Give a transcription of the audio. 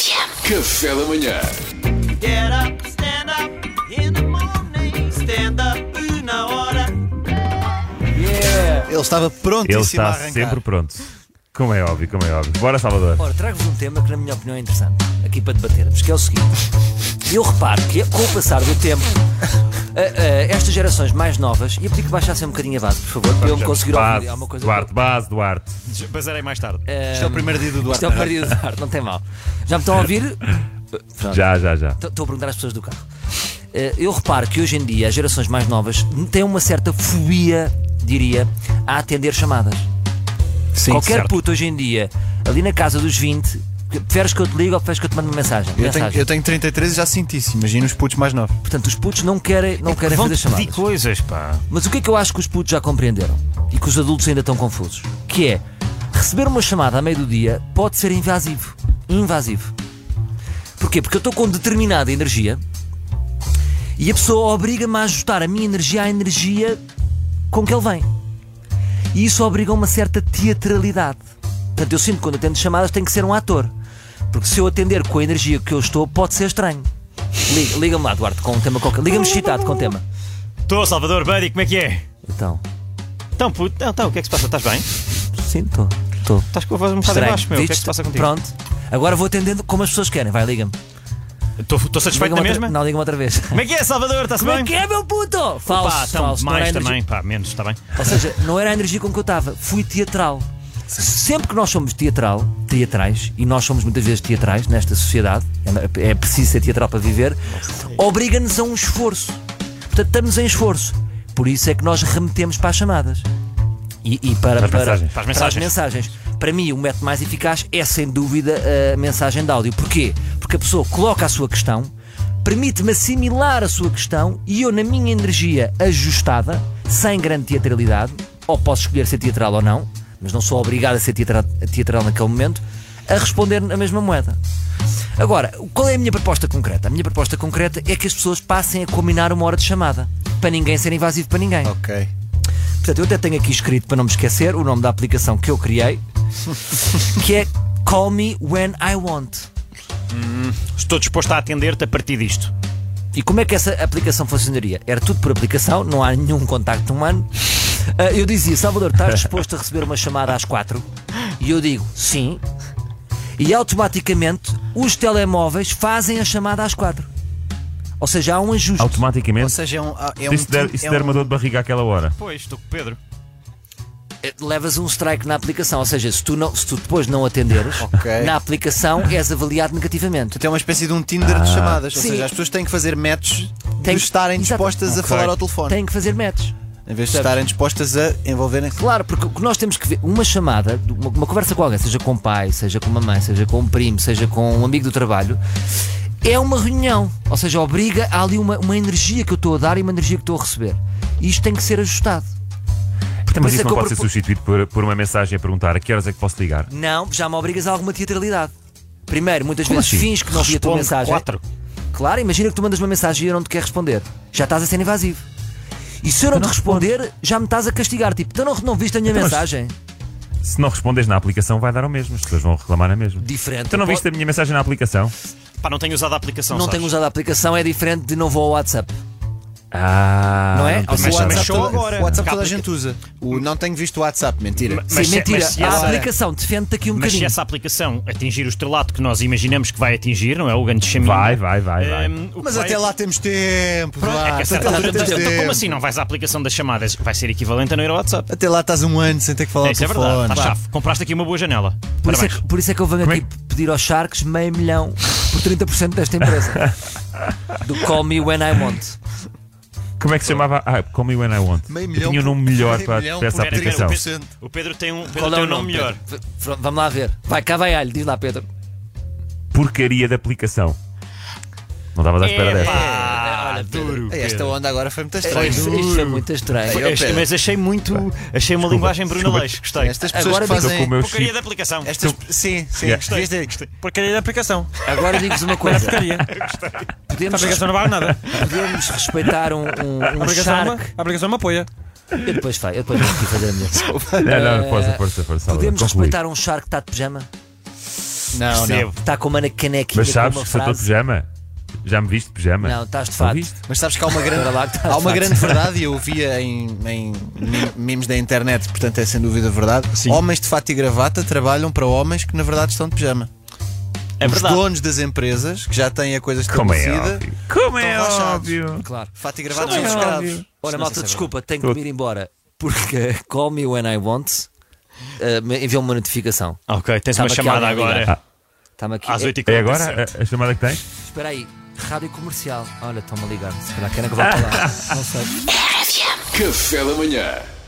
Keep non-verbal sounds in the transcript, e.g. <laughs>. Café da manhã. Get up, stand up in the morning. Stand up na hora. Ele estava Ele prontíssimo a está arrancar. sempre pronto. Como é óbvio, como é óbvio. Bora, Salvador. Ora, trago-vos um tema que, na minha opinião, é interessante aqui para debatermos, que é o seguinte: eu reparo que, com o passar do tempo, <laughs> a- a- estas gerações mais novas, e eu pedi que baixassem um bocadinho a base, por favor, para eu me conseguir ouvir. Base, Há uma coisa Eh, Duarte, base, Duarte. Basarei mais tarde. Isto é o primeiro dia do Duarte. Isto é o partido do ar, não tem mal. Já me estão a ouvir? Pronto. Já, já, já. Estou a perguntar às pessoas do carro. Eh, Eu reparo que hoje em dia as gerações mais novas têm uma certa fobia, diria, a atender chamadas. Sim, Qualquer certo. puto hoje em dia, ali na casa dos 20, que- preferes que eu te ligue ou preferes que eu te mando uma mensagem? Eu mensagem. tenho, eu tenho 33 e já senti isso. Imagina os putos mais novos. Portanto, os putos não querem, É não querem é fazer chamadas. coisas, pá. Mas o que é que eu acho que os putos já compreenderam e que os adultos ainda estão confusos? Que é receber uma chamada a meio do dia pode ser invasivo. Invasivo. Porquê? Porque eu estou com determinada energia e a pessoa obriga-me a ajustar a minha energia à energia com que ele vem. E isso obriga a uma certa teatralidade. Portanto, eu sinto que quando atendo chamadas tenho que ser um ator. Porque se eu atender com a energia que eu estou, pode ser estranho. Liga- Liga-me lá, Duarte, com um tema qualquer. Liga-me excitado com um tema. Estou, Salvador Buddy, como é que é? Então. Então, puto, então, então, o que é que se passa? Estás bem? Sim, estou. Estou. Estás com a voz um bocado abaixo, meu. O que é que se passa contigo? Pronto. Agora vou atendendo como as pessoas querem. Vai, liga-me. Estou- Estou satisfeito Liga-me na outra- mesma? Não, liga-me outra vez. <laughs> Como é que é, Salvador? Está-se Como bem? é que é, meu puto? Falso, Pá, então, falso. não mais era a também, energia- pá, menos, está bem? Ou seja, não era a energia com que eu estava. Fui teatral. Sempre que nós somos teatral, teatrais, e nós somos muitas vezes teatrais nesta sociedade, é, é preciso ser teatral para viver, obriga-nos a um esforço. Portanto, estamos em esforço. Por isso é que nós remetemos para as chamadas. E, e para, Para as mensagens. Para as mensagens. para mensagens. Para mim, o método mais eficaz é, sem dúvida, a mensagem de áudio. Porquê? Porque a pessoa coloca a sua questão, permite-me assimilar a sua questão e eu, na minha energia ajustada, sem grande teatralidade, ou posso escolher ser teatral ou não, mas não sou obrigado a ser teatra- teatral naquele momento, a responder na mesma moeda. Agora, qual é a minha proposta concreta? A minha proposta concreta é que as pessoas passem a combinar uma hora de chamada, para ninguém ser invasivo para ninguém. Ok. Portanto, eu até tenho aqui escrito para não me esquecer o nome da aplicação que eu criei, que é Call Me When I Want. Estou disposto a atender-te a partir disto. E como é que essa aplicação funcionaria? Era tudo por aplicação, não há nenhum contacto humano. Ah, eu dizia, Salvador, estás disposto a receber uma chamada às quatro? E eu digo, sim. E automaticamente os telemóveis fazem a chamada às quatro. Ou seja, há um ajuste. Ou Automaticamente. seja, é um. É um Isso tipo- der, isso é der uma um- dor de barriga àquela hora. Pois, estou com o Pedro. levas um strike na aplicação. Ou seja, se tu, não, se tu depois não atenderes, Ok. na aplicação és avaliado negativamente. Portanto, é uma espécie de um Tinder Ah. de chamadas. Ou Sim. seja, as pessoas têm que fazer matches de Tem que- estarem Exato. dispostas a Ok. falar ao telefone. Têm que fazer match. Em vez de estarem dispostas a envolverem-se. Claro, porque o que nós temos que ver, uma chamada, uma, uma conversa com alguém, seja com o pai, seja com uma mãe, seja com um primo, seja com um amigo do trabalho, é uma reunião. Ou seja, obriga, há ali uma, uma energia que eu estou a dar e uma energia que estou a receber. E isto tem que ser ajustado. Mas isso é isso que não eu pode ser propo- substituído por, por uma mensagem a perguntar a que horas é que posso ligar. Não, já me obrigas a alguma teatralidade. Primeiro, muitas vezes assim? fins que não vi a tua Responde mensagem. quatro. Claro, imagina que tu mandas uma mensagem e eu não te quero responder. Já estás a ser invasivo. E se eu não te responder, já me estás a castigar. Tipo, tu não, não viste a minha Então, mas- mensagem? Se não respondes na aplicação, vai dar ao mesmo. As pessoas vão reclamar na mesma. Diferente. Tu não Pode- viste a minha mensagem na aplicação? Pá, não tenho usado a aplicação. Não sabes? tenho usado a aplicação, é diferente de não vou ao WhatsApp. Ah, Não é? Ou tenho seja, O pensado. mas WhatsApp, só toda- agora. o WhatsApp Cá toda a aplica- gente usa. O não tenho visto o WhatsApp, mentira. Mas Sim, se- mentira. mas se a essa- aplicação defende-te aqui um Mas se bocadinho. essa aplicação atingir o estrelato que nós imaginamos que vai atingir, não é? O grande chaminho. Vai, vai, vai, vai. Hum, o que Mas vai- até lá temos tempo. Pronto, é que Duarte, a certa até lá altura temos tens- tempo. Como assim não vais à aplicação das chamadas? Vai ser equivalente a não ir ao WhatsApp. Até lá estás um ano sem ter que falar É, ao isso é telefone. verdade. Estás Pá. chave. Compraste aqui uma boa janela. Por isso, é Parabéns. que, por isso é que eu venho aqui pedir aos Sharks meio milhão por 30% desta empresa. Do Call Me When I Want. Como é que se chamava? Ah, Call Me When I Want. Meio Eu milhão tinha um por- nome melhor meio para, milhão para essa por- Pedro, aplicação. o Pedro- O Pedro tem um, Pedro Qual é tem o um nome melhor. Pedro? V- pronto, Vamos lá ver. Vai, cá vai alho. Diz lá, Pedro. Porcaria da aplicação. Não estavas à espera dessa. Eh, Epá, duro. Esta Pedro. onda agora foi muito estranha. Isto, isto é muito <laughs> estranho. Olha, Este- Pedro. mas achei muito. Achei uma linguagem Bruno Leix. Gostei. Estas pessoas Agora que fica fazem. Com o meu Porcaria chip. da aplicação. Estas... Sim, sim. Yeah. Devias ter- é Porcaria da aplicação. Agora digo-vos uma coisa. A Podemos, aplicação não vale nada. podemos respeitar um, um, A um aplicação, não- Shark. a aplicação é me apoia. Eu depois, fa- eu depois vou aqui fazer a minha. Não, não, força, força, força. Salvador, Eh, Podemos conclui. respeitar um Shark que está de pijama? Não, não. Percebo. É Está com uma na canequinha Mas com sabes uma que sou todo de frase. pijama? Já me viste de pijama? Não, estás Não de fato. viste? Mas sabes que há uma grande, Olha lá que estás há uma de facto. grande verdade, e eu via em, em mim- memes da internet, portanto é sem dúvida verdade. Homens de fato e gravata trabalham para homens que na verdade estão de pijama. É Os verdade. donos das empresas que já têm a coisa Como é estabelecida, óbvio. Como é Estão relaxados. óbvio. Claro. fato e gravata Como são é escravos. óbvio. Olha, Não sei malta, se é desculpa, tenho que me ir embora. Porque <laughs> Call Me When I Want eh, me enviou me uma notificação. Ok, tens uma Sabe que chamada alguém agora. liga. Ah. Está-me aqui. Às eh, 8h47. É agora a, a chamada que tens? Espera aí, <laughs> rádio comercial. Olha, estão-me a ligar. Se calhar querem que eu vá para lá. Não sei. Café da manhã.